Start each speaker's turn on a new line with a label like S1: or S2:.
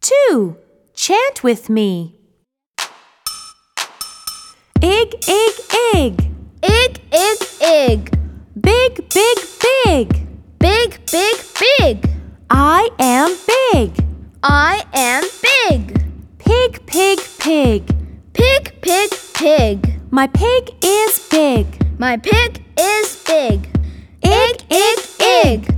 S1: two. Chant with me. Ig, ig, ig.
S2: Ig, ig, ig.
S1: Big, big, big.
S2: Big, big, big.
S1: I am big.
S2: I am big.
S1: Pig, pig, pig.
S2: Pig, pig, pig.
S1: My pig is big.
S2: My pig is big. Ig, ig, ig.